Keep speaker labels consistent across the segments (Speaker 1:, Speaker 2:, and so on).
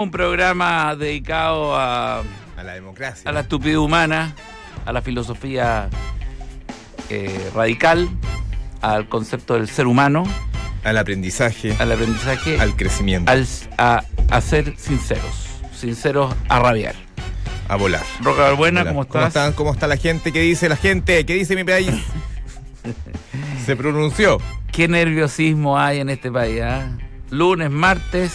Speaker 1: Un programa dedicado a,
Speaker 2: A la democracia.
Speaker 1: a la estupidez humana, a la filosofía eh, radical, al concepto del ser humano,
Speaker 2: Al aprendizaje,
Speaker 1: al aprendizaje,
Speaker 2: al crecimiento,
Speaker 1: al- a, a ser sinceros, sinceros a rabiar.
Speaker 2: a volar.
Speaker 1: Roca Balbuena,
Speaker 2: Volar.
Speaker 1: ¿cómo estás?
Speaker 2: están? ¿Cómo está la gente? ¿Qué dice la gente? ¿Qué dice mi país? Se pronunció.
Speaker 1: Qué nerviosismo hay en este país, ¿ah? Lunes, martes,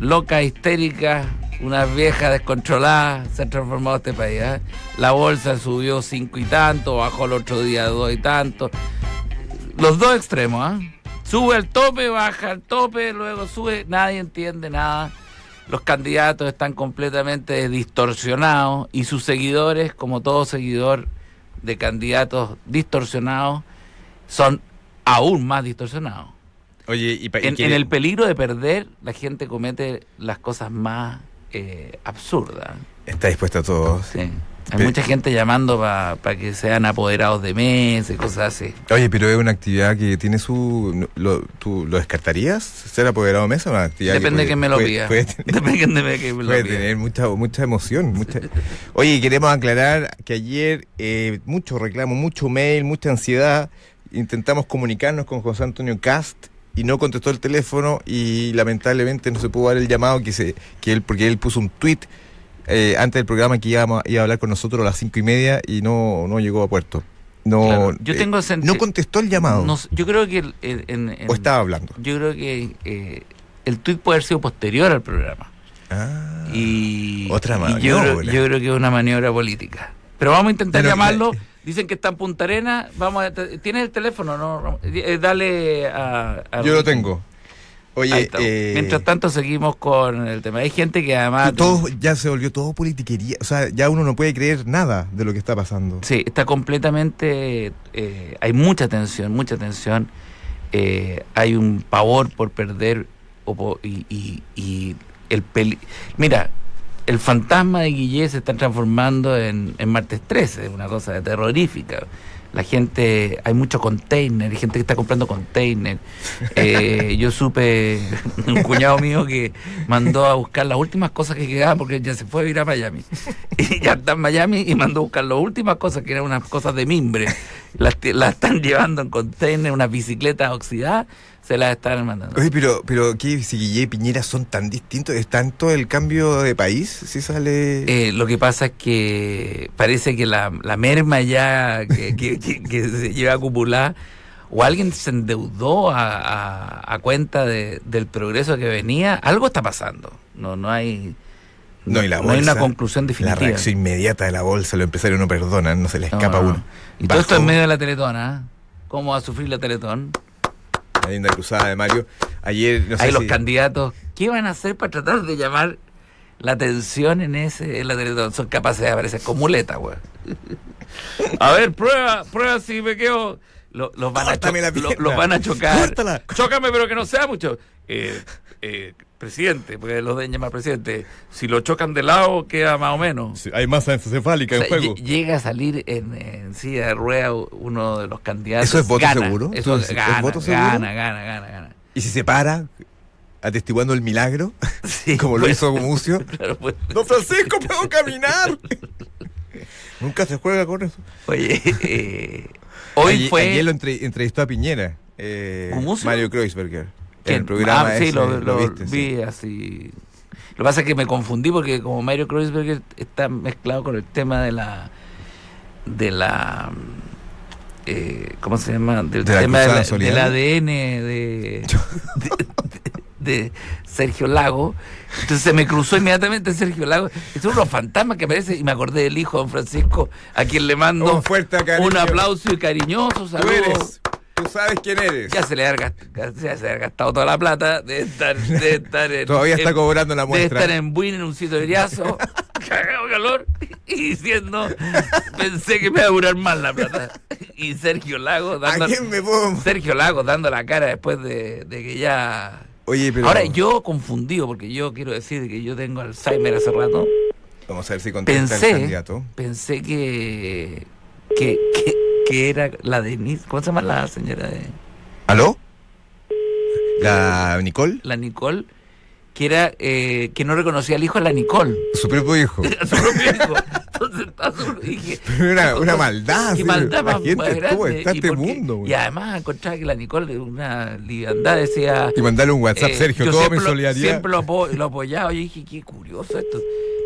Speaker 1: loca, histérica, una vieja descontrolada, se ha transformado este país, ¿ah? La bolsa subió cinco y tanto, bajó el otro día dos y tanto. Los dos extremos, ¿ah? Sube al tope, baja al tope, luego sube, nadie entiende nada. Los candidatos están completamente distorsionados y sus seguidores, como todo seguidor de candidatos distorsionados, son aún más distorsionados.
Speaker 2: Oye, y, pa- y
Speaker 1: En,
Speaker 2: que-
Speaker 1: en el peligro de perder, la gente comete las cosas más eh, absurdas.
Speaker 2: está dispuesto a todos.
Speaker 1: Sí. Hay
Speaker 2: Oh, Pe-
Speaker 1: mucha gente llamando para que sean apoderados de mesa y cosas así.
Speaker 2: Oye, pero es una actividad que tiene su... no, Lo, ¿Tú lo descartarías? ¿Ser apoderado de mesa? Una actividad
Speaker 1: Depende de
Speaker 2: que
Speaker 1: quién me
Speaker 2: puede-
Speaker 1: lo
Speaker 2: puede-
Speaker 1: pida.
Speaker 2: puede tener-
Speaker 1: Depende de quién me Pues lo
Speaker 2: Puede
Speaker 1: pida.
Speaker 2: tener mucha, mucha emoción. Mucha... Oye, queremos aclarar que ayer eh, mucho reclamo, mucho mail, mucha ansiedad. Intentamos comunicarnos con José Antonio Cast y no contestó el teléfono y lamentablemente no se pudo dar el llamado que, se, que él, porque él puso un tweet eh, antes del programa que íbamos- iba a hablar con nosotros a las cinco y media y no, no llegó a puerto. No,
Speaker 1: Claro. Yo
Speaker 2: eh,
Speaker 1: tengo senti-
Speaker 2: no contestó el llamado
Speaker 1: No sé, yo creo que el- el- en- en-
Speaker 2: o estaba hablando.
Speaker 1: yo creo que eh, el tuit puede haber sido posterior al programa.
Speaker 2: Ah.
Speaker 1: Y,
Speaker 2: Otra
Speaker 1: y
Speaker 2: maniobra.
Speaker 1: yo, creo, yo creo que es una maniobra política. Pero vamos a intentar
Speaker 2: Pero-
Speaker 1: llamarlo. Dicen que está en Punta Arena. Vamos a, ¿Tienes el teléfono? No, Ram- eh, dale a, a-
Speaker 2: Ah, Yo lo tengo.
Speaker 1: Ahí
Speaker 2: Oye,
Speaker 1: está.
Speaker 2: eh,
Speaker 1: Mientras tanto seguimos con el tema. Hay gente que además...
Speaker 2: Y todo, ya se volvió todo politiquería. O sea, ya uno no puede creer nada de lo que está pasando.
Speaker 1: Sí, está completamente... eh, hay mucha tensión, mucha tensión. Eh, hay un pavor por perder o po- y, y- y el peli... Mira, el fantasma de Guillé se está transformando en, en Martes 13, es una cosa terrorífica. La gente, hay mucho container, hay gente que está comprando container. Eh, yo supe, un cuñado mío que mandó a buscar las últimas cosas que quedaban porque ya se fue a vivir a Miami. Y ya está en Miami y mandó a buscar las últimas cosas que eran unas cosas de mimbre. Las, ti- las están llevando en container, unas bicicletas oxidadas, se las están mandando.
Speaker 2: Oye, pero, pero ¿qué? Si Guille y Piñera son tan distintos, ¿es tanto el cambio de país? Si sale.
Speaker 1: Eh, lo que pasa es que parece que la, la merma ya que, que- que- que se lleva acumulada, o alguien se endeudó a, a- a cuenta de- del progreso que venía, algo está pasando. No, no hay,
Speaker 2: No, y la
Speaker 1: hay una
Speaker 2: bolsa,
Speaker 1: conclusión
Speaker 2: la
Speaker 1: definitiva.
Speaker 2: reacción inmediata de la bolsa, los empresarios no perdonan, no se les
Speaker 1: No,
Speaker 2: escapa
Speaker 1: no, no.
Speaker 2: uno.
Speaker 1: Y todo esto
Speaker 2: Bajó.
Speaker 1: en medio de la teletona. ¿eh? ¿Cómo va a sufrir la teletón?
Speaker 2: La linda cruzada de Mario. Ayer, no sé
Speaker 1: Ahí los
Speaker 2: si-
Speaker 1: candidatos, ¿qué van a hacer para tratar de llamar la atención en ese en la Teletón? Son capaces de aparecer con muleta, güey. A ver, prueba, prueba si me quedo. Lo- los, van a cho-
Speaker 2: Córtame la
Speaker 1: lo-
Speaker 2: pierna.
Speaker 1: los van a chocar.
Speaker 2: Córtala.
Speaker 1: Chócame, pero que no sea mucho. Eh, eh, presidente, porque los deben llamar presidente. Si lo chocan de lado, queda más o menos.
Speaker 2: Sí, Hay masa encefálica
Speaker 1: O sea, lle- Llega a salir en, en silla de rueda uno de los candidatos.
Speaker 2: ¿Eso es voto
Speaker 1: Gana.
Speaker 2: seguro?
Speaker 1: Eso
Speaker 2: ¿Tú dices, ¿es
Speaker 1: gana,
Speaker 2: voto seguro?
Speaker 1: gana, gana, gana, gana.
Speaker 2: Y si se para, atestiguando el milagro,
Speaker 1: Sí,
Speaker 2: como lo
Speaker 1: puede
Speaker 2: hizo Gumucio.
Speaker 1: Claro, pues.
Speaker 2: ¡Don Francisco, puedo caminar! Nunca se juega con eso.
Speaker 1: Oye, eh, hoy
Speaker 2: ayer,
Speaker 1: fue.
Speaker 2: ayer lo entre- entrevistó a Piñera. eh,
Speaker 1: ¿Gumucio?
Speaker 2: Mario Kreuzberger. En
Speaker 1: ¿quién?
Speaker 2: el programa
Speaker 1: Ah, sí,
Speaker 2: ese,
Speaker 1: lo, lo
Speaker 2: viste,
Speaker 1: vi
Speaker 2: sí.
Speaker 1: así. Lo que pasa es que me confundí porque como Mario Kreuzberger está mezclado con el tema de la de la eh, ¿cómo se llama? del
Speaker 2: ¿De la
Speaker 1: tema de
Speaker 2: cruzada
Speaker 1: la- del
Speaker 2: solidaria?
Speaker 1: ADN de, de- de- de Sergio Lago. Entonces se me cruzó inmediatamente Sergio Lago. Es uno de los fantasmas que aparece y me acordé del hijo de don Francisco a quien le mando
Speaker 2: Un fuerte cariño.
Speaker 1: un aplauso y cariñoso saludo.
Speaker 2: Tú eres. Tú sabes quién eres.
Speaker 1: Ya se le ha gastado, gastado toda la plata de estar, de estar en,
Speaker 2: Todavía está
Speaker 1: en-
Speaker 2: cobrando la
Speaker 1: de
Speaker 2: muestra.
Speaker 1: eh, estar en Buin en un sitio de riazo, cagado de calor, y diciendo, pensé que me iba a durar más la plata. Y Sergio Lago
Speaker 2: ¿A
Speaker 1: dando,
Speaker 2: quién me puedo?
Speaker 1: Sergio Lago dando la cara después de, de que ya...
Speaker 2: Oye, pero.
Speaker 1: Ahora yo confundido, porque yo quiero decir que yo tengo Alzheimer hace rato,
Speaker 2: Vamos a ver si contesta el
Speaker 1: pensé,
Speaker 2: candidato.
Speaker 1: pensé que, que, que, que era la Denise, ¿cómo se llama la señora de...?
Speaker 2: ¿Aló? ¿La Nicole?
Speaker 1: la Nicole que era eh, que no reconocía al hijo a la Nicole.
Speaker 2: Su propio hijo.
Speaker 1: a su propio hijo. Entonces, estaba su- y dije,
Speaker 2: Pero era una maldad.
Speaker 1: qué
Speaker 2: Ah, sí,
Speaker 1: maldad
Speaker 2: La
Speaker 1: más- más
Speaker 2: gente estuvo
Speaker 1: grande.
Speaker 2: en este
Speaker 1: Y porque-
Speaker 2: mundo. güey.
Speaker 1: Y además encontraba que la Nicole era una liviandad, decía...
Speaker 2: Y mandarle un WhatsApp,
Speaker 1: Eh,
Speaker 2: Sergio,
Speaker 1: yo
Speaker 2: toda mi
Speaker 1: siempre lo-
Speaker 2: solidaridad.
Speaker 1: Siempre lo, apo- lo apoyaba. Yo dije, qué curioso esto.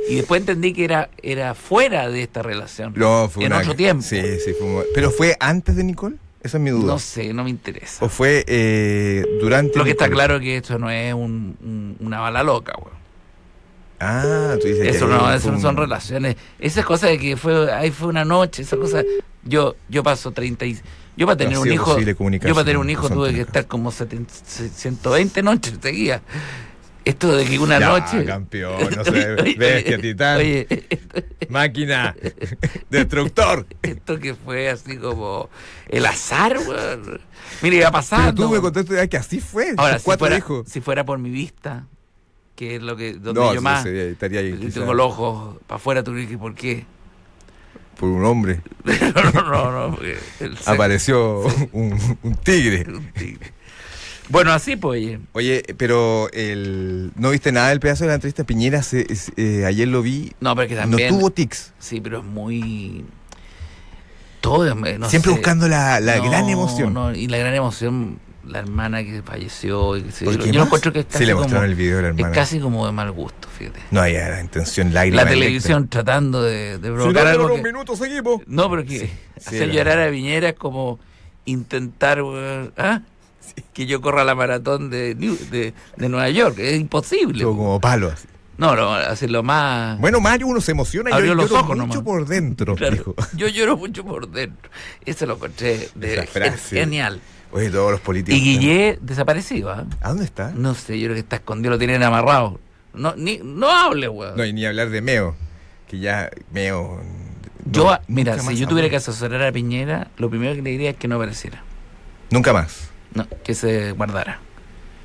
Speaker 1: Y después entendí que era, era fuera de esta relación.
Speaker 2: No, fue
Speaker 1: en
Speaker 2: una-
Speaker 1: otro tiempo.
Speaker 2: Sí, sí, fue un- Pero fue antes de Nicole, esa es mi duda.
Speaker 1: No sé, no me interesa.
Speaker 2: O fue eh, durante.
Speaker 1: Lo que está
Speaker 2: Nicole?
Speaker 1: claro es que esto no es un- un- una bala loca, güey.
Speaker 2: Ah, tú dices. que
Speaker 1: Eso
Speaker 2: ahí
Speaker 1: no,
Speaker 2: fue
Speaker 1: eso no
Speaker 2: un-
Speaker 1: son relaciones. Esas cosas de que fue, ahí fue una noche, esas cosas. Yo, yo paso 30 y- yo para
Speaker 2: Ha
Speaker 1: tener un
Speaker 2: sido
Speaker 1: hijo,
Speaker 2: posible
Speaker 1: yo
Speaker 2: comunicarse
Speaker 1: para tener
Speaker 2: con-
Speaker 1: un hijo
Speaker 2: con
Speaker 1: tuve que
Speaker 2: Santiago.
Speaker 1: estar como 70 se- 120 noches seguidas. Esto de que una
Speaker 2: Ya,
Speaker 1: noche.
Speaker 2: campeón, no
Speaker 1: Oye,
Speaker 2: sé.
Speaker 1: oye,
Speaker 2: Bestia,
Speaker 1: oye,
Speaker 2: titán,
Speaker 1: oye,
Speaker 2: máquina, destructor.
Speaker 1: Esto que fue así como el azar, weón. Mire, iba
Speaker 2: Pero
Speaker 1: pasando.
Speaker 2: tú me contaste ya que así fue.
Speaker 1: Ahora, si
Speaker 2: cuatro
Speaker 1: fuera,
Speaker 2: hijos.
Speaker 1: si fuera por mi vista, que es lo que donde
Speaker 2: No,
Speaker 1: yo
Speaker 2: sí,
Speaker 1: más
Speaker 2: sí, estaría ahí, quizá,
Speaker 1: tengo los ojos para afuera, tú dices, ¿por qué?
Speaker 2: por un hombre.
Speaker 1: no, no, no. no, porque
Speaker 2: Ah,
Speaker 1: el sexo
Speaker 2: Apareció un, un tigre.
Speaker 1: es un tigre. Bueno, así pues, oye.
Speaker 2: Oye, pero el, ¿no viste nada del pedazo de la entrevista a Piñera? Se- es- eh, ayer lo vi.
Speaker 1: No, pero que también.
Speaker 2: No tuvo tics.
Speaker 1: Sí, pero es muy. Todo es- no
Speaker 2: Siempre
Speaker 1: sé.
Speaker 2: buscando la, la
Speaker 1: No,
Speaker 2: gran emoción.
Speaker 1: no, y la gran emoción, la hermana que falleció. y que se-
Speaker 2: ¿Por
Speaker 1: yo
Speaker 2: qué
Speaker 1: yo
Speaker 2: más?
Speaker 1: encuentro que es
Speaker 2: Sí,
Speaker 1: casi
Speaker 2: le
Speaker 1: como-
Speaker 2: mostraron el video de la
Speaker 1: Es
Speaker 2: hermana.
Speaker 1: casi como de mal gusto, fíjate.
Speaker 2: No había la intención, lágrima.
Speaker 1: La
Speaker 2: eléctrica.
Speaker 1: televisión tratando de, de provocar
Speaker 2: dándole
Speaker 1: algo
Speaker 2: unos
Speaker 1: que-
Speaker 2: minutos seguimos.
Speaker 1: No, pero que hacer
Speaker 2: la-
Speaker 1: llorar a Viñera es como intentar weón, ¿ah? que yo corra la maratón de, New- de, de Nueva York. Es imposible.
Speaker 2: Estuvo como palo así.
Speaker 1: No, no, hacerlo más...
Speaker 2: Bueno, Mario, uno se emociona y
Speaker 1: Abrió
Speaker 2: yo
Speaker 1: los
Speaker 2: lloro
Speaker 1: ojos
Speaker 2: mucho
Speaker 1: nomás.
Speaker 2: por dentro,
Speaker 1: Claro,
Speaker 2: dijo.
Speaker 1: yo lloro mucho por dentro. Eso lo encontré de,
Speaker 2: Esa
Speaker 1: es
Speaker 2: frase.
Speaker 1: genial.
Speaker 2: Oye, todos los políticos.
Speaker 1: y Guillé desaparecido, ¿ah?
Speaker 2: ¿A dónde está?
Speaker 1: No sé, yo creo que está escondido, lo tienen amarrado. No, ni, no hable, weón.
Speaker 2: No, y ni hablar de Meo, que ya Meo... no,
Speaker 1: yo,
Speaker 2: nunca
Speaker 1: mira,
Speaker 2: más
Speaker 1: si yo tuviera
Speaker 2: habló.
Speaker 1: que asesorar a Piñera, lo primero que le diría es que no apareciera.
Speaker 2: Nunca más,
Speaker 1: No, que se guardara.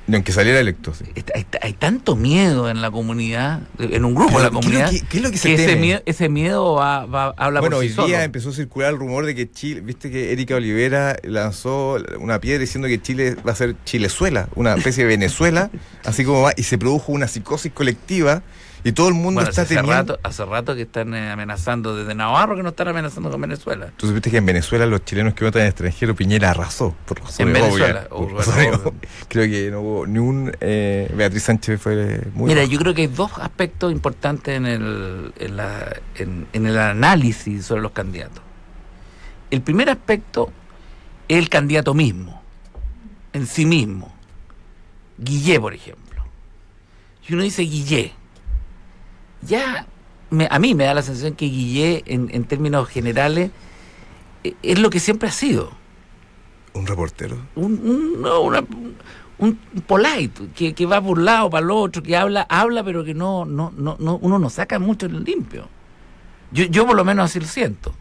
Speaker 2: ni aunque saliera electo. sí.
Speaker 1: Está- Hay, hay tanto miedo en la comunidad, en un grupo de la
Speaker 2: Pero, ¿qué es lo
Speaker 1: comunidad,
Speaker 2: que- ¿Qué es lo que se
Speaker 1: que ese
Speaker 2: teme?
Speaker 1: miedo, ese miedo va, va, habla
Speaker 2: bueno,
Speaker 1: por
Speaker 2: hoy
Speaker 1: sí solo.
Speaker 2: día empezó a circular el rumor de que Chile, viste que Erika Olivera lanzó una piedra diciendo que Chile va a ser Chilezuela, una especie de Venezuela, así como va, y se produjo una psicosis colectiva y todo el mundo
Speaker 1: Bueno,
Speaker 2: está
Speaker 1: hace
Speaker 2: teniendo...
Speaker 1: rato, hace rato que están eh, amenazando desde Navarro que no están amenazando con Venezuela.
Speaker 2: Tú supiste que en Venezuela los chilenos que votan en extranjero, Piñera arrasó. Por razones
Speaker 1: En
Speaker 2: obvias,
Speaker 1: Venezuela,
Speaker 2: por
Speaker 1: obvio,
Speaker 2: razones
Speaker 1: obvio.
Speaker 2: obvias. Creo que no hubo ni un. eh, Beatriz Sánchez fue muy.
Speaker 1: Mira,
Speaker 2: bajo.
Speaker 1: yo creo que hay dos aspectos importantes en el, en, la- en- en el análisis sobre los candidatos. El primer aspecto es el candidato mismo, en sí mismo. Guillé, por ejemplo. Si uno dice Guillé, ya me- a mí me da la sensación que Guillé, en, en términos generales, e- es lo que siempre ha sido
Speaker 2: Un reportero.
Speaker 1: un, un- no, una- un polite, que, que va por un lado, para el otro, que habla, habla, pero que no, no, no, no- uno no saca mucho en limpio. Yo, yo por lo menos así lo siento.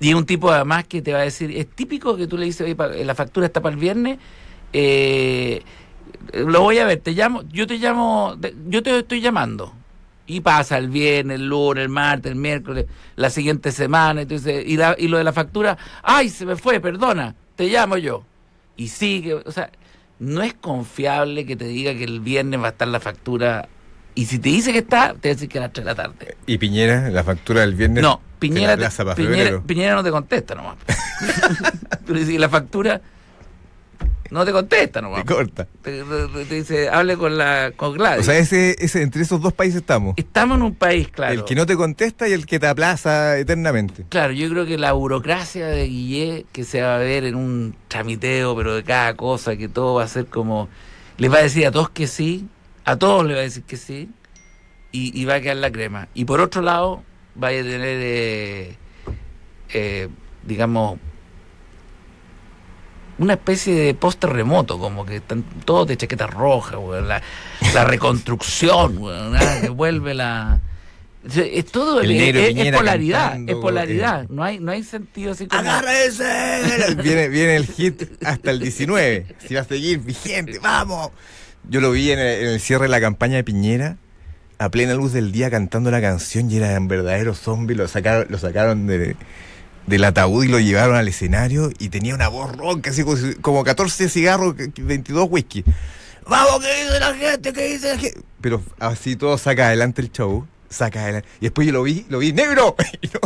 Speaker 1: Y es un tipo además que te va a decir, es típico que tú le dices, oye, pa- eh, la factura está para el viernes, eh, lo voy a ver, te llamo, yo te llamo, te- yo te estoy llamando. Y pasa el viernes, el lunes, el martes, el miércoles, la siguiente semana, entonces, y, la- y lo de la factura, ay, se me fue, perdona, te llamo yo. Y sigue, o sea, no es confiable que te diga que el viernes va a estar la factura. Y si te dice que está, te va a decir que a las 3 de la tarde.
Speaker 2: Y Piñera, la factura del viernes.
Speaker 1: No,
Speaker 2: de la
Speaker 1: Piñera, te-
Speaker 2: plaza para
Speaker 1: Piñera,
Speaker 2: febrero.
Speaker 1: Piñera no te contesta nomás. Tú le dices, la factura no te contesta nomás.
Speaker 2: Te corta.
Speaker 1: Te, te- te dice, hable con la con Gladys.
Speaker 2: O sea, ese, ese, entre esos dos países estamos.
Speaker 1: Estamos en un país, claro.
Speaker 2: El que no te contesta y el que te aplaza eternamente.
Speaker 1: Claro, yo creo que la burocracia de Guillé, que se va a ver en un tramiteo, pero de cada cosa, que todo va a ser como. Les va a decir a todos que sí, a todos les va a decir que sí, y, y va a quedar la crema. Y por otro lado, va a tener, eh, eh, digamos, una especie de póster remoto, como que están todos de chaqueta roja, weón, la, la reconstrucción, weón, ah, que vuelve la... O sea, Es todo
Speaker 2: El
Speaker 1: es-
Speaker 2: negro
Speaker 1: es, es
Speaker 2: Piñera
Speaker 1: polaridad,
Speaker 2: cantando, eh.
Speaker 1: es polaridad, no hay no hay sentido así como
Speaker 2: ¡Agárrese! viene, viene el hit hasta el 19. Si va a seguir vigente, ¡vamos! Yo lo vi en el, en el cierre de la campaña de Piñera, a plena luz del día cantando la canción y era un verdadero zombie. Lo sacaron, lo sacaron de, del ataúd y lo llevaron al escenario y tenía una voz ronca, así como, si- como 14 cigarros, 22 whisky. vamos, ¿qué dice la gente? ¿Qué dice la gente? Pero así todo saca adelante el show, saca adelante. Y después yo lo vi, lo vi, negro. Y no,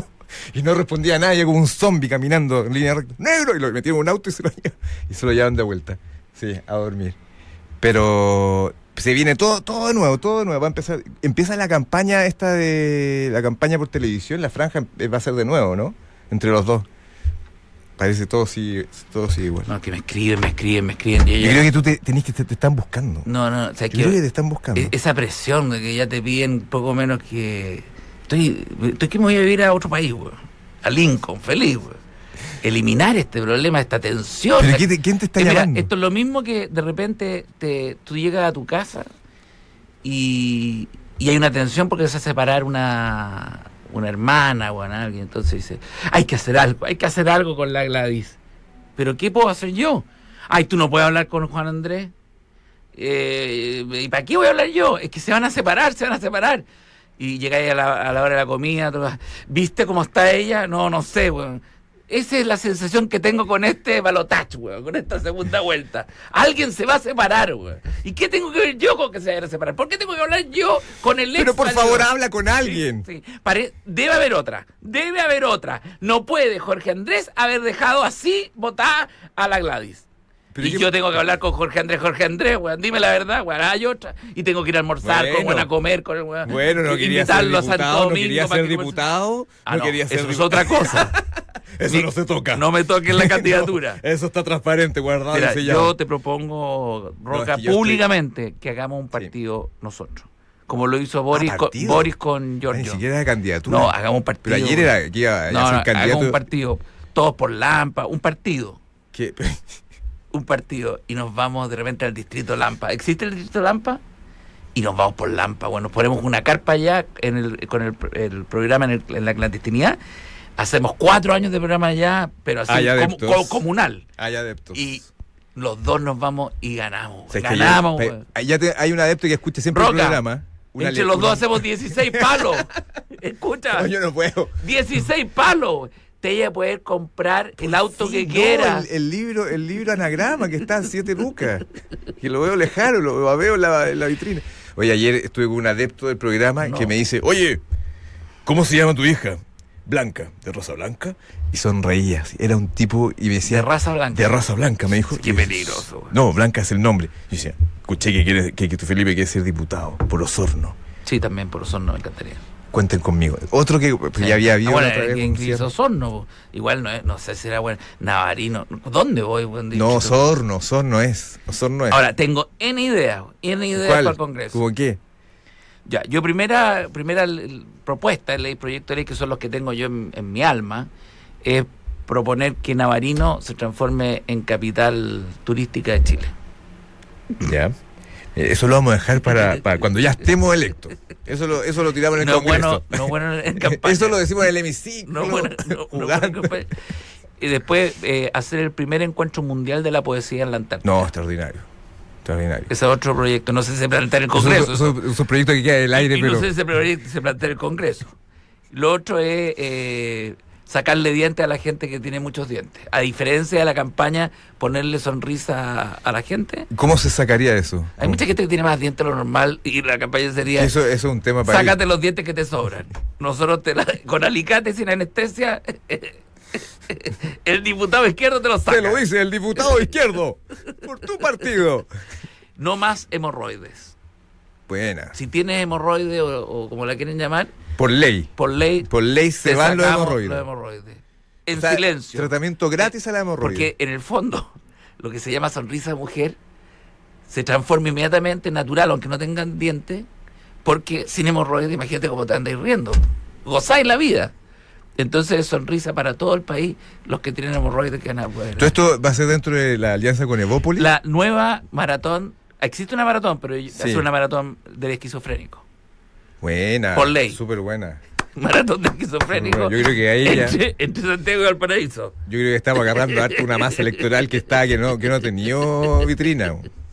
Speaker 2: y no respondía a nadie, como un zombie caminando en línea recta, negro. Y lo metieron en un auto y se lo, llevan, y se lo llevan de vuelta. Sí, a dormir. Pero se viene todo, todo de nuevo, todo de nuevo. Va a empezar, empieza la campaña esta de la campaña por televisión, la franja eh, va a ser de nuevo, ¿no? Entre los dos. Parece todo sigue, todo sigue igual.
Speaker 1: No, que me escriben, me escriben, me escriben. Yo,
Speaker 2: Yo
Speaker 1: ya-
Speaker 2: creo que tú te, tenés que te, te están buscando.
Speaker 1: No, no, o sea,
Speaker 2: Yo
Speaker 1: que-
Speaker 2: creo que te están buscando.
Speaker 1: e- esa presión de que ya te piden poco menos que. Estoy, estoy que me voy a vivir a otro país, güey. A Lincoln, feliz, güey. Eliminar este problema, esta tensión.
Speaker 2: ¿Pero
Speaker 1: la-
Speaker 2: qué te- quién te está
Speaker 1: Eh, mira,
Speaker 2: llamando?
Speaker 1: esto es lo mismo que de repente te, tú llegas a tu casa y, y hay una tensión porque se va a separar una, una hermana o alguien. Entonces dice, hay que hacer algo, hay que hacer algo con la Gladys. ¿Pero qué puedo hacer yo? Ay, tú no puedes hablar con Juan Andrés. Eh, ¿Y para qué voy a hablar yo? Es que se van a separar, se van a separar. Y llegáis a la, a la hora de la comida, todo, ¿viste cómo está ella? No, no sé, weón. Esa es la sensación que tengo con este balotaje, weón, con esta segunda vuelta. Alguien se va a separar, weón. ¿Y qué tengo que ver yo con que se vaya a separar? ¿Por qué tengo que hablar yo con el ex
Speaker 2: Pero por
Speaker 1: marido?
Speaker 2: favor, habla con alguien.
Speaker 1: Sí, pare- debe haber otra, debe haber otra. No puede Jorge Andrés haber dejado así votada a la Gladys.
Speaker 2: Pero
Speaker 1: y
Speaker 2: yo-
Speaker 1: yo tengo que hablar con Jorge Andrés, Jorge Andrés, weón. Dime la verdad, weón. Hay otra. Y tengo que ir a almorzar con
Speaker 2: Bueno.
Speaker 1: weón, a comer con el weón.
Speaker 2: Bueno, no
Speaker 1: Y-
Speaker 2: quería ser
Speaker 1: invitarlo a Santo
Speaker 2: diputado, no
Speaker 1: Domingo
Speaker 2: quería
Speaker 1: para
Speaker 2: ser
Speaker 1: que converse-
Speaker 2: diputado,
Speaker 1: Ah,
Speaker 2: no
Speaker 1: no,
Speaker 2: quería ser
Speaker 1: Eso es
Speaker 2: diputado.
Speaker 1: otra cosa.
Speaker 2: Eso
Speaker 1: Ni-
Speaker 2: no se toca.
Speaker 1: No me toquen la
Speaker 2: No,
Speaker 1: candidatura.
Speaker 2: eso está transparente, guardado
Speaker 1: Mira,
Speaker 2: y sellado.
Speaker 1: yo te propongo, Roca,
Speaker 2: es que yo
Speaker 1: públicamente que hagamos un partido nosotros. Como lo hizo Boris, con,
Speaker 2: ¿Ah, partido.
Speaker 1: Boris con
Speaker 2: Ni
Speaker 1: Giorgio.
Speaker 2: siquiera de candidatura.
Speaker 1: No, hagamos un partido.
Speaker 2: Pero ayer era que iba a
Speaker 1: No,
Speaker 2: ser
Speaker 1: no,
Speaker 2: candidato.
Speaker 1: hagamos un partido. Todos por Lampa, un partido.
Speaker 2: que-
Speaker 1: Un partido. Y nos vamos de repente al distrito Lampa. ¿Existe el distrito Lampa? Y nos vamos por Lampa. Bueno, ponemos una carpa allá en el, con el, el programa en, el- en la clandestinidad. Hacemos cuatro años de programa allá, pero así
Speaker 2: Hay
Speaker 1: como-
Speaker 2: adeptos.
Speaker 1: co- comunal.
Speaker 2: hay adeptos.
Speaker 1: Y los dos nos vamos y ganamos.
Speaker 2: O sea, es que
Speaker 1: ganamos.
Speaker 2: ya-
Speaker 1: güey.
Speaker 2: ya te- hay un adepto que escucha siempre
Speaker 1: Roca,
Speaker 2: el programa. Una
Speaker 1: Entre
Speaker 2: le-
Speaker 1: los
Speaker 2: una-
Speaker 1: dos hacemos 16 palos. Escucha.
Speaker 2: No, yo no puedo.
Speaker 1: 16 palos. Te ella poder comprar el auto
Speaker 2: Sí,
Speaker 1: que
Speaker 2: no,
Speaker 1: quieras.
Speaker 2: El, el libro, el libro anagrama que está a 7 lucas. Que lo veo lejano, lo, lo veo en la, en la vitrina. Oye, ayer estuve con un adepto del programa
Speaker 1: No.
Speaker 2: que me dice, oye, ¿cómo se llama tu hija? Blanca, de raza blanca. Y sonreía. así. Era un tipo y me decía.
Speaker 1: De raza blanca.
Speaker 2: De raza blanca, me dijo.
Speaker 1: Qué
Speaker 2: Y dije,
Speaker 1: peligroso.
Speaker 2: No, blanca es el nombre. Y decía, escuché que, quieres, que, que tu Felipe quiere ser diputado por Osorno.
Speaker 1: Sí, también por Osorno me encantaría.
Speaker 2: Cuenten conmigo. Otro que pues, ya había habido
Speaker 1: Ah, bueno,
Speaker 2: la otra vez,
Speaker 1: en-
Speaker 2: un
Speaker 1: en
Speaker 2: cierre.
Speaker 1: Osorno, po. Igual no, es- no sé si era bueno. Navarino. ¿Dónde voy? buen dicho?
Speaker 2: No, Osorno, Osorno es. Osorno es.
Speaker 1: Ahora, tengo N idea. po. N idea
Speaker 2: ¿Cuál?
Speaker 1: para el Congreso.
Speaker 2: ¿Cómo qué?
Speaker 1: Ya, yo primera, primera l- l- propuesta de ley, proyecto de ley, que son los que tengo yo en, en mi alma, es proponer que Navarino se transforme en capital turística de Chile.
Speaker 2: Ya. Eh, Eso lo vamos a dejar para, para cuando ya estemos electos. Eso lo, eso lo tiramos en el
Speaker 1: No es bueno,
Speaker 2: Congreso.
Speaker 1: no es bueno en campaña.
Speaker 2: Eso lo decimos en el hemiciclo.
Speaker 1: No, bueno, no, no,
Speaker 2: jugando.
Speaker 1: bueno, y después eh, hacer el primer encuentro mundial de la poesía en la Antártida.
Speaker 2: No, extraordinario. Extraordinario.
Speaker 1: Ese es otro proyecto, no sé si se plantea en el Congreso.
Speaker 2: Es un, proyecto que queda en el aire,
Speaker 1: y
Speaker 2: pero.
Speaker 1: no sé si se proyecta- se plantea en el Congreso. Lo otro es eh, sacarle dientes a la gente que tiene muchos dientes. A diferencia de la campaña, ponerle sonrisa a, a la gente.
Speaker 2: ¿Cómo se sacaría eso?
Speaker 1: Hay mucha gente que tiene más dientes de lo normal y la campaña sería...
Speaker 2: Eso, eso es un tema para.
Speaker 1: Sácate los dientes que te sobran. Nosotros te la- con alicate sin anestesia, el diputado izquierdo te los saca.
Speaker 2: Te lo dice el diputado izquierdo por tu partido.
Speaker 1: No más hemorroides.
Speaker 2: Buena.
Speaker 1: Si tienes hemorroides o, o como la quieren llamar,
Speaker 2: Por ley.
Speaker 1: por ley
Speaker 2: Por ley se
Speaker 1: te
Speaker 2: van los
Speaker 1: sacamos
Speaker 2: hemorroides.
Speaker 1: los hemorroides. En
Speaker 2: O sea,
Speaker 1: silencio.
Speaker 2: Tratamiento gratis a la hemorroide.
Speaker 1: Porque en el fondo, lo que se llama sonrisa de mujer se transforma inmediatamente natural, aunque no tengan dientes, porque sin hemorroides, imagínate cómo te andáis riendo. Gozáis la vida. Entonces, sonrisa para todo el país, los que tienen hemorroides que van a poder.
Speaker 2: ¿Todo esto va a ser dentro de la alianza con Evópolis?
Speaker 1: La nueva maratón, existe una maratón, pero yo-
Speaker 2: Sí.
Speaker 1: es una maratón del esquizofrénico.
Speaker 2: Buena.
Speaker 1: Por ley.
Speaker 2: Súper buena.
Speaker 1: Maratón del
Speaker 2: Yo
Speaker 1: esquizofrénico
Speaker 2: creo que ahí ya.
Speaker 1: entre, entre Santiago y Valparaíso.
Speaker 2: Yo creo que estamos agarrando harto una masa electoral que está que no que no ha tenido vitrina.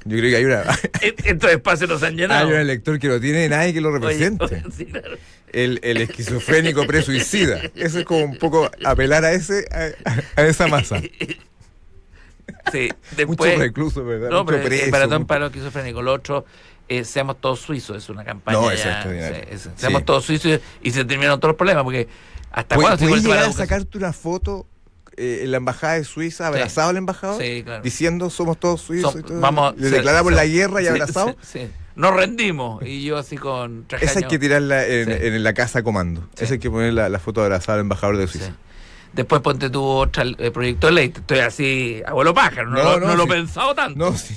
Speaker 2: Yo creo que hay una
Speaker 1: Est- Estos espacios nos han
Speaker 2: hay
Speaker 1: llenado.
Speaker 2: un elector que no tiene nadie que lo
Speaker 1: Oye,
Speaker 2: represente.
Speaker 1: oye, sí, claro.
Speaker 2: El, el esquizofrénico presuicida. Eso es como un poco apelar a ese a, a esa masa.
Speaker 1: Sí,
Speaker 2: Mucho
Speaker 1: después.
Speaker 2: recluso, ¿verdad?
Speaker 1: No,
Speaker 2: Mucho
Speaker 1: pero
Speaker 2: preso,
Speaker 1: el maratón
Speaker 2: mucho-
Speaker 1: para los esquizofrénicos. Lo otro, eh, seamos todos suizos, es una campaña.
Speaker 2: No, eso es
Speaker 1: ya,
Speaker 2: extraordinario.
Speaker 1: sí, es-
Speaker 2: Sí.
Speaker 1: Seamos todos suizos y se terminaron todos los problemas, porque ¿hasta
Speaker 2: ¿Puedes-
Speaker 1: cuándo se
Speaker 2: ¿Puedes
Speaker 1: vuelve
Speaker 2: llegar
Speaker 1: para
Speaker 2: a
Speaker 1: la educación?
Speaker 2: sacarte una foto eh, en la embajada de Suiza, abrazado al embajador?
Speaker 1: Sí, claro.
Speaker 2: Diciendo somos todos suizos.
Speaker 1: Som-
Speaker 2: y todo?
Speaker 1: vamos,
Speaker 2: Le
Speaker 1: se-
Speaker 2: declaramos
Speaker 1: se-
Speaker 2: la guerra y
Speaker 1: sí,
Speaker 2: abrazados.
Speaker 1: sí, sí. Nos rendimos. Y yo así con trajaño.
Speaker 2: Esa hay que tirarla en,
Speaker 1: Sí.
Speaker 2: en la casa comando.
Speaker 1: Sí.
Speaker 2: Esa hay que poner la, la foto abrazada al embajador de
Speaker 1: Sí.
Speaker 2: Suiza.
Speaker 1: Después ponte tu otra eh, proyecto de ley. Estoy así, abuelo pájaro. No,
Speaker 2: No,
Speaker 1: lo-
Speaker 2: no,
Speaker 1: no lo he
Speaker 2: sí.
Speaker 1: pensado tanto.
Speaker 2: No, si,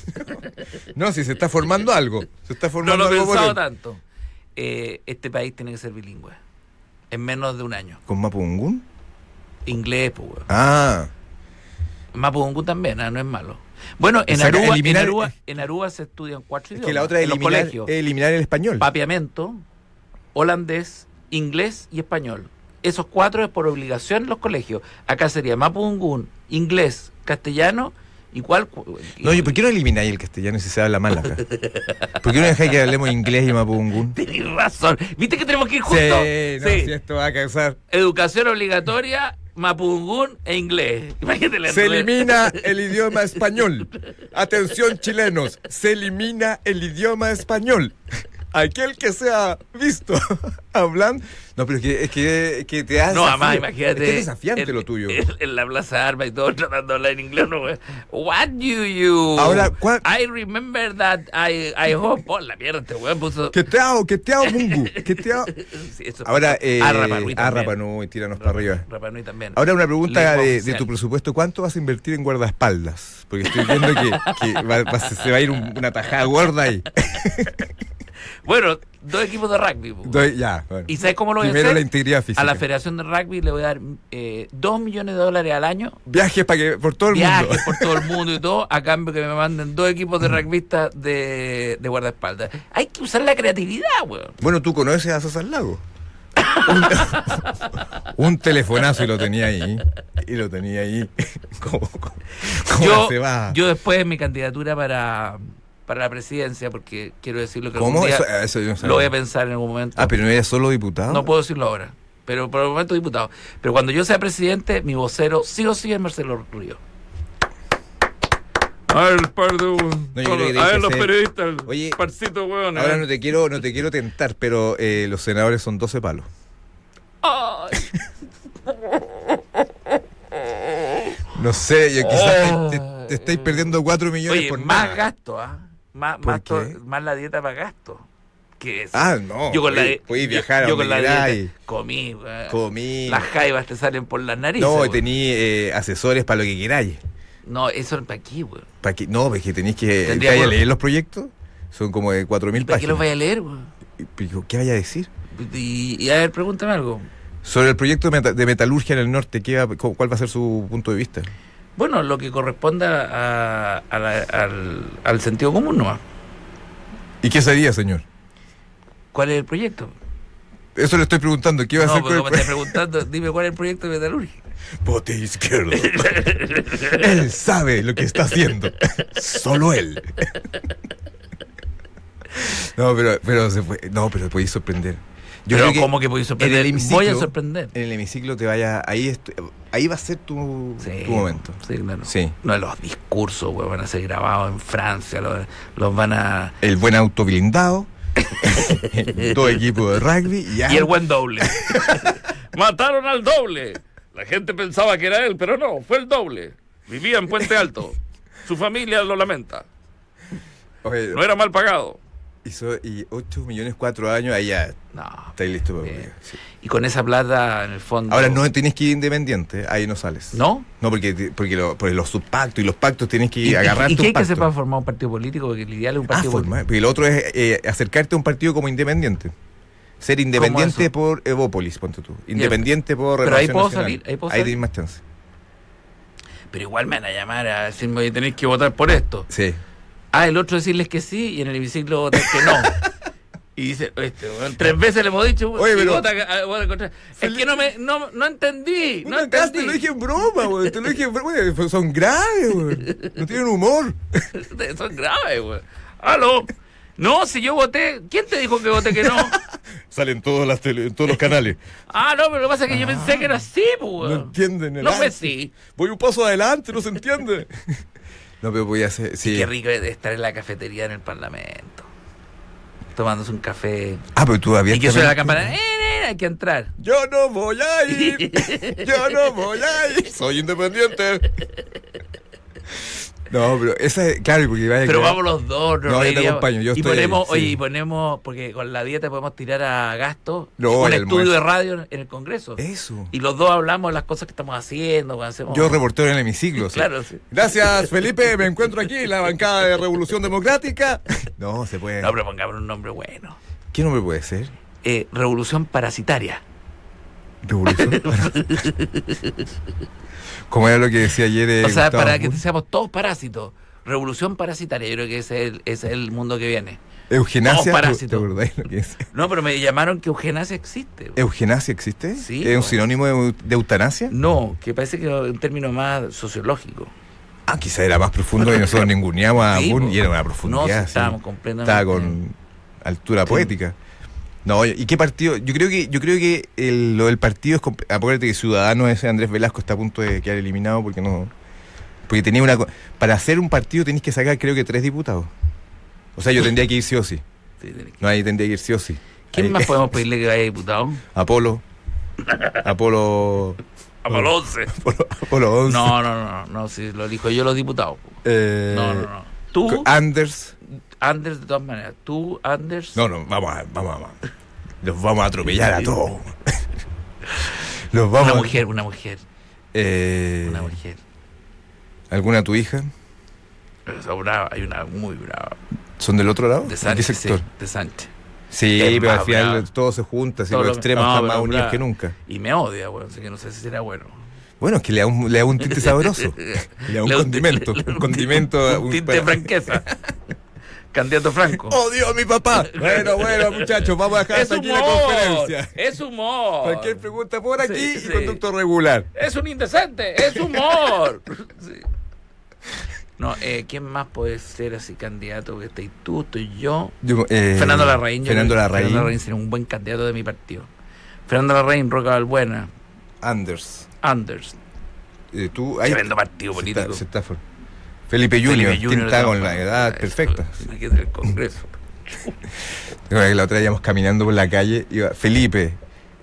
Speaker 2: no, si se está formando algo. Se está
Speaker 1: No
Speaker 2: formando
Speaker 1: lo he
Speaker 2: algo por
Speaker 1: pensado
Speaker 2: él.
Speaker 1: tanto. Eh, este país tiene que ser bilingüe. En menos de un año.
Speaker 2: ¿Con Mapungún?
Speaker 1: Inglés, pues, weón.
Speaker 2: Ah,
Speaker 1: Mapudungun también, ah, no es malo. Bueno, en
Speaker 2: O sea,
Speaker 1: Aruba,
Speaker 2: eliminar-
Speaker 1: en, Aruba, en Aruba se estudian cuatro
Speaker 2: es
Speaker 1: idiomas.
Speaker 2: que la otra es
Speaker 1: en los
Speaker 2: eliminar,
Speaker 1: colegios.
Speaker 2: es eliminar el español.
Speaker 1: Papiamento, holandés, inglés y español. Esos cuatro es por obligación en los colegios. Acá sería Mapudungun, inglés, castellano y cuál... cu-
Speaker 2: No, ¿y ¿por qué no elimináis el castellano si se habla mal acá? ¿Por qué no dejáis que hablemos inglés y mapungún?
Speaker 1: Tenés razón. ¿Viste que tenemos que ir
Speaker 2: Sí,
Speaker 1: juntos?
Speaker 2: no,
Speaker 1: Sí.
Speaker 2: si esto va a causar.
Speaker 1: Educación obligatoria, Mapudungun e inglés. Imagínate la
Speaker 2: Se
Speaker 1: enredera.
Speaker 2: elimina el idioma español. Atención chilenos, se elimina el idioma español. Aquel que sea visto hablando. No, pero es que, es que, es que te hace.
Speaker 1: No, además, imagínate.
Speaker 2: Ah, Es que es desafiante
Speaker 1: en-
Speaker 2: lo tuyo.
Speaker 1: En, en la Plaza de Armas y todo tratando de hablar en inglés. No, güey. What do you.
Speaker 2: Ahora, ¿cuál-
Speaker 1: I remember that. I, I hope. Por la mierda, este weón puso.
Speaker 2: Que te hago, que te hago, Mungu. Que te hago.
Speaker 1: Sí, eso.
Speaker 2: Ahora, eh,
Speaker 1: Ah, Rapa Nui
Speaker 2: ah,
Speaker 1: también.
Speaker 2: Rapa Nui, tíranos para arriba.
Speaker 1: Rapa Nui también.
Speaker 2: Ahora una pregunta
Speaker 1: Lengua
Speaker 2: de, de
Speaker 1: oficial.
Speaker 2: tu presupuesto. ¿Cuánto vas a invertir en guardaespaldas? Porque estoy viendo que, que va- va- se se va a ir un- una tajada gorda ahí.
Speaker 1: Bueno, dos equipos de rugby. po.
Speaker 2: Doy- ya, bueno.
Speaker 1: ¿Y sabes cómo lo voy a
Speaker 2: Primero
Speaker 1: hacer?
Speaker 2: la integridad física.
Speaker 1: a la Federación de Rugby le voy a dar eh, dos millones de dólares al año.
Speaker 2: Viajes para que por todo el mundo.
Speaker 1: Viajes por todo el mundo y todo, a cambio que me manden dos equipos de
Speaker 2: Mm.
Speaker 1: rugbyistas de, de guardaespaldas. Hay que usar la creatividad, weón.
Speaker 2: Bueno, tú conoces a César Lago. Un, un telefonazo y lo tenía ahí. Y lo tenía ahí. ¿Cómo, cómo- cómo
Speaker 1: yo,
Speaker 2: se va?
Speaker 1: yo después mi candidatura para, para la presidencia, porque quiero decirlo que
Speaker 2: ¿Cómo?
Speaker 1: algún día
Speaker 2: Eso, eso yo no
Speaker 1: lo voy a
Speaker 2: sabía.
Speaker 1: pensar en algún momento.
Speaker 2: Ah, pero no eres solo diputado.
Speaker 1: No puedo decirlo ahora, pero por el momento diputado. Pero cuando yo sea presidente, mi vocero sí o sí es Marcelo Río. A ver, par de-
Speaker 2: yo creo que
Speaker 1: a ver
Speaker 2: tenés
Speaker 1: los
Speaker 2: que ser-
Speaker 1: periodistas,
Speaker 2: Oye,
Speaker 1: parcito, weón.
Speaker 2: Ahora no te quiero, no te quiero tentar, pero eh, los senadores son 12 palos. No sé, yo quizás
Speaker 1: Oh.
Speaker 2: te, te- te estáis perdiendo 4 millones
Speaker 1: Oye,
Speaker 2: por
Speaker 1: más
Speaker 2: nada.
Speaker 1: gasto, ¿ah? Más,
Speaker 2: ¿Por
Speaker 1: más, to-
Speaker 2: qué?
Speaker 1: más la dieta para gasto. Que es.
Speaker 2: Ah, no.
Speaker 1: yo con la
Speaker 2: podí-
Speaker 1: di-
Speaker 2: podí
Speaker 1: yo-
Speaker 2: viajar a
Speaker 1: yo
Speaker 2: donde
Speaker 1: con la
Speaker 2: queráis,
Speaker 1: dieta comí, weón.
Speaker 2: comí.
Speaker 1: Las jaivas te salen por las narices.
Speaker 2: no,
Speaker 1: weón.
Speaker 2: tení eh, asesores para lo que queráis.
Speaker 1: No, eso es para aquí, weón.
Speaker 2: Para que, no, es que tenéis que
Speaker 1: Tendría
Speaker 2: te vaya a
Speaker 1: que-
Speaker 2: leer los proyectos. Son como de 4.000
Speaker 1: ¿Para qué los
Speaker 2: páginas.
Speaker 1: vaya a leer, weón?
Speaker 2: Y- pero, ¿Qué vaya a decir?
Speaker 1: Y, y a ver, pregúntame algo.
Speaker 2: Sobre el proyecto de, meta- de metalurgia en el norte, ¿qué va- cu- ¿cuál va a ser su punto de vista?
Speaker 1: Bueno, lo que corresponda a, a la- al, al sentido común, ¿no?
Speaker 2: ¿Y qué sería, señor?
Speaker 1: ¿Cuál es el proyecto?
Speaker 2: Eso le estoy preguntando. ¿Qué va a
Speaker 1: no,
Speaker 2: hacer
Speaker 1: pero
Speaker 2: con el
Speaker 1: como me estás preguntando, dime cuál es el proyecto de metalurgia.
Speaker 2: Bote izquierdo. él sabe lo que está haciendo. Solo él. No, pero, pero se fue- No, pero podéis sorprender. Yo
Speaker 1: pero
Speaker 2: creo que
Speaker 1: ¿cómo que podéis sorprender?
Speaker 2: en el
Speaker 1: Voy a
Speaker 2: hemiciclo-
Speaker 1: sorprender.
Speaker 2: en el hemiciclo te vaya. Ahí est- ahí va a ser tu,
Speaker 1: Sí,
Speaker 2: tu momento.
Speaker 1: Sí, claro.
Speaker 2: Sí.
Speaker 1: No, los discursos, güey, van a ser grabados en Francia, los, los van a...
Speaker 2: El buen auto blindado. todo equipo de rugby. Y,
Speaker 1: Y el buen doble. Mataron al doble. La gente pensaba que era él, pero no, fue el doble. Vivía en Puente Alto. Su familia lo lamenta.
Speaker 2: Oye,
Speaker 1: era mal pagado.
Speaker 2: hizo- y 8 millones 4 años. Ahí ya
Speaker 1: No.
Speaker 2: estáis listo para
Speaker 1: Bien.
Speaker 2: volver, sí.
Speaker 1: Y con esa plata, en el fondo...
Speaker 2: Ahora no tienes que ir independiente. Ahí no sales.
Speaker 1: ¿No?
Speaker 2: No, porque, te- porque, lo- porque los subpactos y los pactos tienes que
Speaker 1: ¿Y, y-
Speaker 2: agarrar
Speaker 1: y
Speaker 2: tus
Speaker 1: qué hay que
Speaker 2: pactos.
Speaker 1: hacer para formar un partido político? Porque el ideal es un
Speaker 2: Ah,
Speaker 1: partido político.
Speaker 2: formar. Porque lo otro es eh, acercarte a un partido como independiente. Ser independiente
Speaker 1: eso?
Speaker 2: por Evópolis, ponte tú. Independiente por
Speaker 1: Pero ahí
Speaker 2: Renovación
Speaker 1: puedo
Speaker 2: Nacional.
Speaker 1: salir, ahí puedo
Speaker 2: Ahí
Speaker 1: salir.
Speaker 2: tenés más chance.
Speaker 1: Pero igual me van a llamar a decirme, oye, tenéis que votar por esto.
Speaker 2: Sí.
Speaker 1: Ah, el otro decirles que sí y en el hemiciclo votar que no. Y dice, este, weón, tres veces le hemos dicho,
Speaker 2: Oye,
Speaker 1: y
Speaker 2: pero-
Speaker 1: vota, ah, vota contra- Es
Speaker 2: Felipe-
Speaker 1: que no me, no, no entendí, no
Speaker 2: Puta, Cas, te lo
Speaker 1: entendí.
Speaker 2: dije en broma, güey. Te lo dije en broma. Güey, Son graves, güey. No tienen humor.
Speaker 1: Ustedes Son graves, güey. Aló. No, si yo voté, ¿quién te dijo que voté que no?
Speaker 2: Salen todas las tele- en todos los canales.
Speaker 1: Ah, no, pero lo que pasa es que yo pensé que era así, pues,
Speaker 2: Ah. No
Speaker 1: weón.
Speaker 2: entienden el
Speaker 1: No fue
Speaker 2: arte.
Speaker 1: así.
Speaker 2: Voy un paso adelante, no se entiende. No, pero podía ser.
Speaker 1: Sí.
Speaker 2: Sí.
Speaker 1: qué rico es estar en la cafetería en el Parlamento. Tomándose un café.
Speaker 2: Ah, pero tú
Speaker 1: Y
Speaker 2: abiertamente.
Speaker 1: que suena la campana. ¡Eh, eh, hay que entrar.
Speaker 2: Yo no voy a ir. Yo no voy a ir. Soy independiente. No, pero esa es, claro, porque vaya a
Speaker 1: Pero
Speaker 2: creer-
Speaker 1: vamos los dos. nos
Speaker 2: No, yo te
Speaker 1: reiríamos.
Speaker 2: acompaño, yo
Speaker 1: y
Speaker 2: estoy ahí,
Speaker 1: ponemos,
Speaker 2: sí.
Speaker 1: oye, y ponemos, porque con la dieta podemos tirar a gasto
Speaker 2: No,
Speaker 1: un
Speaker 2: el
Speaker 1: estudio
Speaker 2: almuerzo. ¿Eh?
Speaker 1: de radio en el Congreso.
Speaker 2: Eso.
Speaker 1: Y los dos hablamos de las cosas que estamos haciendo. cuando hacemos-
Speaker 2: Yo reportero en el hemiciclo. sí.
Speaker 1: Claro, sí.
Speaker 2: Gracias, Felipe. Me encuentro aquí en la bancada de Revolución Democrática. No, se puede.
Speaker 1: No, pero pongamos un nombre bueno.
Speaker 2: ¿Qué nombre puede ser?
Speaker 1: Eh, Revolución parasitaria.
Speaker 2: Revolución. Como era lo que decía ayer. eh,
Speaker 1: o sea,
Speaker 2: Gustavo
Speaker 1: para que
Speaker 2: Moore.
Speaker 1: seamos todos parásitos. Revolución parasitaria. Yo creo que ese es el, ese es el mundo que viene.
Speaker 2: Eugenasia.
Speaker 1: Todos parásitos.
Speaker 2: ¿Te acordáis lo que es?
Speaker 1: No, pero me llamaron que eugenasia existe.
Speaker 2: ¿Eh? ¿Eugenasia existe?
Speaker 1: Sí,
Speaker 2: ¿Es un
Speaker 1: bueno.
Speaker 2: sinónimo de, eu- de eutanasia?
Speaker 1: No, que parece que es un término más sociológico.
Speaker 2: Ah, quizá era más profundo y nosotros ninguneamos a
Speaker 1: Sí,
Speaker 2: Moon
Speaker 1: po.
Speaker 2: Ah, y era una
Speaker 1: No, sí,
Speaker 2: profundidad. sí.
Speaker 1: estábamos completamente.
Speaker 2: Estaba con altura poética. No, ¿y qué partido? Yo creo que yo creo que el- lo del partido es comp- acuérdate que Ciudadanos ese Andrés Velasco está a punto de quedar eliminado porque no porque tenía una co- para hacer un partido tenés que sacar creo que tres diputados. O sea, yo tendría que ir sí o sí.
Speaker 1: Sí, tiene que-
Speaker 2: No, ahí tendría que ir sí o sí.
Speaker 1: ¿Quién
Speaker 2: Ahí-
Speaker 1: más podemos pedirle que vaya diputado?
Speaker 2: Oh. Apolo. Apolo
Speaker 1: A los 11.
Speaker 2: Apolo, Apolo 11.
Speaker 1: No, no, no, no, no, si lo elijo yo los diputados. po.
Speaker 2: Eh, ah.
Speaker 1: No, no, no. Tú,
Speaker 2: Anders.
Speaker 1: Anders, de todas maneras. Tú, Anders.
Speaker 2: No, no, vamos a, vamos a, los vamos a atropellar a todos. los vamos
Speaker 1: una
Speaker 2: a-
Speaker 1: mujer, una mujer,
Speaker 2: Eh,
Speaker 1: una mujer.
Speaker 2: ¿Alguna tu hija?
Speaker 1: O sea, brava, hay una muy brava.
Speaker 2: ¿Son del otro lado?
Speaker 1: De
Speaker 2: ¿En qué
Speaker 1: Sánchez. Sí,
Speaker 2: sector?
Speaker 1: de Sánchez.
Speaker 2: Sí,
Speaker 1: Es
Speaker 2: pero al
Speaker 1: más
Speaker 2: final
Speaker 1: bravo.
Speaker 2: todo se junta, si
Speaker 1: Todo
Speaker 2: los
Speaker 1: lo-
Speaker 2: extremos
Speaker 1: no,
Speaker 2: están
Speaker 1: pero
Speaker 2: más unidos
Speaker 1: bravo.
Speaker 2: que nunca.
Speaker 1: Y me odia, bueno, así que no sé si será bueno.
Speaker 2: Bueno, es que le da un, le da un tinte sabroso. Le da un
Speaker 1: Le-
Speaker 2: condimento.
Speaker 1: le- le-
Speaker 2: un condimento.
Speaker 1: Un
Speaker 2: un-
Speaker 1: tinte
Speaker 2: para-
Speaker 1: franqueza. Candidato Franco.
Speaker 2: ¡Odio a mi papá! Bueno, bueno, muchachos, vamos a dejar
Speaker 1: es
Speaker 2: hasta aquí la
Speaker 1: humor.
Speaker 2: conferencia.
Speaker 1: Es humor.
Speaker 2: Cualquier pregunta por aquí
Speaker 1: Sí,
Speaker 2: y
Speaker 1: sí.
Speaker 2: conducto regular.
Speaker 1: Es un indecente. Es humor. Sí. No, eh, ¿quién más puede ser así candidato? Que estáis tú, estoy yo.
Speaker 2: Yo, eh,
Speaker 1: Fernando Larraín. yo
Speaker 2: Fernando
Speaker 1: creo que
Speaker 2: Larraín.
Speaker 1: Fernando Larraín sería un buen candidato de mi partido. Fernando Larraín, Roca Balbuena,
Speaker 2: Anders.
Speaker 1: Anders.
Speaker 2: eh, tú, ahí-
Speaker 1: Tremendo partido político.
Speaker 2: Se está- se está- Felipe Junior,
Speaker 1: Felipe
Speaker 2: quien está
Speaker 1: de
Speaker 2: con la
Speaker 1: Rafa.
Speaker 2: edad
Speaker 1: Eso,
Speaker 2: perfecta.
Speaker 1: Aquí en el Congreso.
Speaker 2: Recuerda que La otra vez íbamos caminando por la calle, iba Felipe,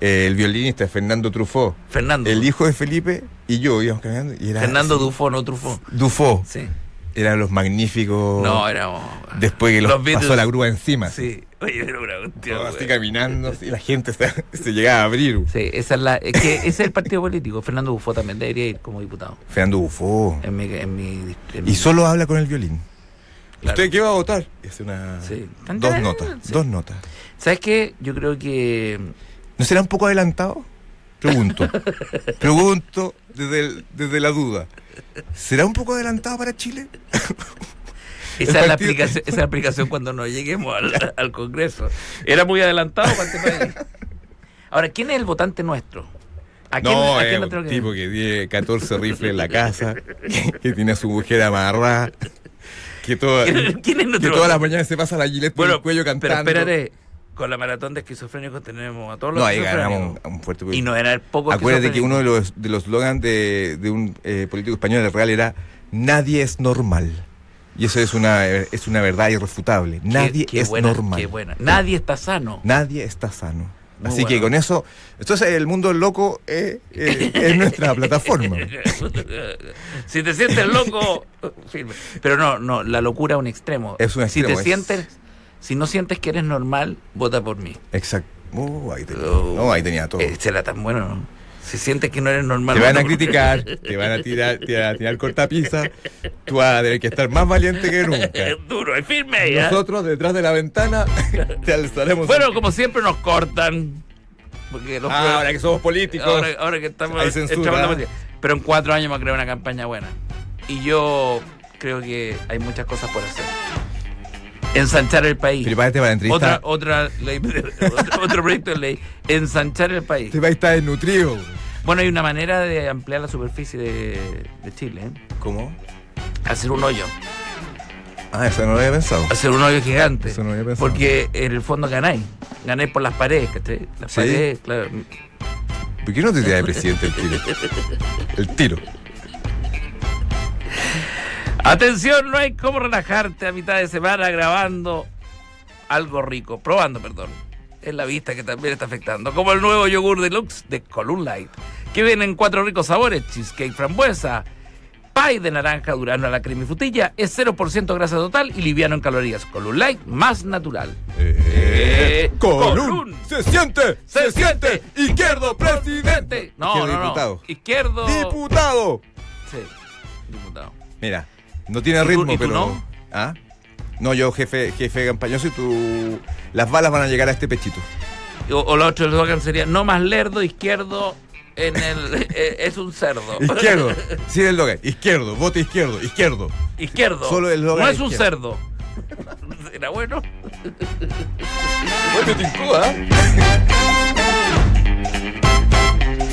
Speaker 2: eh, el violinista Fernando Truffaut,
Speaker 1: Fernando.
Speaker 2: el hijo de Felipe y yo íbamos caminando. Y era
Speaker 1: Fernando
Speaker 2: así.
Speaker 1: Dufo, no Trufo.
Speaker 2: Dufo.
Speaker 1: Sí.
Speaker 2: Eran los magníficos.
Speaker 1: No, éramos.
Speaker 2: después que los,
Speaker 1: Los Beatles.
Speaker 2: pasó la grúa encima.
Speaker 1: Sí. Oye, era una cuestión,
Speaker 2: Todos así
Speaker 1: güey.
Speaker 2: caminando, y la gente se, se llegaba a abrir.
Speaker 1: Sí, esa es la, es que ese es el partido político. Fernando Bufo también debería ir como diputado.
Speaker 2: Fernando Dufo.
Speaker 1: En mi, en mi- en mi-
Speaker 2: Y solo habla con el violín.
Speaker 1: claro.
Speaker 2: ¿Usted qué va a votar? Es una.
Speaker 1: Sí. Tan,
Speaker 2: Dos
Speaker 1: tan,
Speaker 2: notas.
Speaker 1: sí.
Speaker 2: Dos notas.
Speaker 1: ¿Sabes qué? Yo creo que.
Speaker 2: ¿No será un poco adelantado? Pregunto. Pregunto desde, el- desde la duda. ¿Será un poco adelantado para Chile?
Speaker 1: Esa es, la
Speaker 2: partido-
Speaker 1: aplicación, esa es la aplicación cuando nos lleguemos al, al Congreso. Era muy adelantado para este país. Ahora, ¿quién es el votante nuestro? ¿A quién,
Speaker 2: no,
Speaker 1: a
Speaker 2: es
Speaker 1: quién le
Speaker 2: un
Speaker 1: tengo que-
Speaker 2: tipo que tiene 14 rifles en la casa, que tiene a su mujer amarrada, que, toda- que
Speaker 1: ¿Quién es nuestro
Speaker 2: todas las mañanas se pasa la gileta por
Speaker 1: Bueno,
Speaker 2: el cuello
Speaker 1: Pero
Speaker 2: cantando.
Speaker 1: espérate, con la maratón de esquizofrénicos tenemos a todos los
Speaker 2: no, ahí ganamos
Speaker 1: esquizofrénicos.
Speaker 2: un, un fuerte
Speaker 1: Y no era el poco
Speaker 2: Acuérdate que uno
Speaker 1: esquizofrénico.
Speaker 2: de los de los slogans de, de un eh, político español del Real era nadie es normal. Y eso es una es una verdad irrefutable.
Speaker 1: Qué-
Speaker 2: Nadie
Speaker 1: qué
Speaker 2: es
Speaker 1: buena,
Speaker 2: normal.
Speaker 1: qué buena. Nadie está sano.
Speaker 2: Nadie está sano.
Speaker 1: Muy
Speaker 2: Así que
Speaker 1: bueno.
Speaker 2: con eso, entonces el mundo loco eh, eh, es nuestra plataforma.
Speaker 1: si te sientes loco, firme. Pero no, no, la locura a un extremo.
Speaker 2: Es un
Speaker 1: Si
Speaker 2: extremo,
Speaker 1: te
Speaker 2: es-
Speaker 1: sientes, si no sientes que eres normal, vota por mí.
Speaker 2: Exacto. Uh, ahí tenía,
Speaker 1: Oh.
Speaker 2: no, ahí tenía todo.
Speaker 1: Eh, será tan bueno, ¿no? Si sientes que no eres normal,
Speaker 2: Te van
Speaker 1: vota
Speaker 2: a
Speaker 1: por mí.
Speaker 2: criticar, te van a tirar, te van a tirar cortapisa. Tú vas a tener que estar más valiente que nunca.
Speaker 1: Duro y firme. ¿ya?
Speaker 2: Nosotros detrás de la ventana te alzaremos.
Speaker 1: Bueno, como siempre nos cortan. Porque los
Speaker 2: Ah, ahora que somos políticos.
Speaker 1: ahora, ahora que estamos
Speaker 2: Hay censura.
Speaker 1: echamos la política. Pero en cuatro años me creo una campaña buena. Y yo creo que hay muchas cosas por hacer. Ensanchar el país.
Speaker 2: Prepárate para este la entrevista.
Speaker 1: Otra, otra ley- otro, otro proyecto de ley. Ensanchar el país.
Speaker 2: Este país está desnutrido.
Speaker 1: Bueno, hay una manera de ampliar la superficie de, de Chile. ¿eh?
Speaker 2: ¿Cómo?
Speaker 1: Hacer un hoyo.
Speaker 2: Ah, eso no lo había pensado.
Speaker 1: Hacer un hoyo gigante.
Speaker 2: Eso no había pensado.
Speaker 1: porque en el fondo ganáis. Ganáis por las paredes, ¿cachai? Las
Speaker 2: Sí.
Speaker 1: paredes, claro.
Speaker 2: ¿Por qué no te tiras de presidente el tiro? El tiro.
Speaker 1: Atención, no hay cómo relajarte a mitad de semana grabando algo rico, probando, perdón. Es la vista que también está afectando. Como el nuevo yogur deluxe de Column Light, que viene en cuatro ricos sabores: cheesecake frambuesa, pie de naranja durano a la crema y frutilla. Es 0% grasa total y liviano en calorías. Column Light más natural.
Speaker 2: Eh,
Speaker 1: Eh, Colún.
Speaker 2: Se siente,
Speaker 1: Se
Speaker 2: se siente.
Speaker 1: siente.
Speaker 2: Izquierdo, presidente.
Speaker 1: No, no,
Speaker 2: Izquierdo,
Speaker 1: no.
Speaker 2: diputado.
Speaker 1: Izquierdo.
Speaker 2: Diputado.
Speaker 1: Sí, diputado.
Speaker 2: Mira, no tiene
Speaker 1: ¿Y tú-
Speaker 2: ritmo,
Speaker 1: y tú
Speaker 2: pero.
Speaker 1: no?
Speaker 2: ¿Ah? No, yo jefe, jefe de campaña, yo soy tu. Las balas van a llegar a este pechito.
Speaker 1: O, o la otra eslogan sería: no más lerdo, izquierdo. En el, eh, es un cerdo.
Speaker 2: Izquierdo. Sí, el logo. Izquierdo, voto izquierdo, izquierdo.
Speaker 1: Izquierdo.
Speaker 2: Solo el eslogan
Speaker 1: No es un
Speaker 2: izquierdo.
Speaker 1: cerdo. ¿Será bueno?
Speaker 2: Bueno, te incomoda, ¿eh?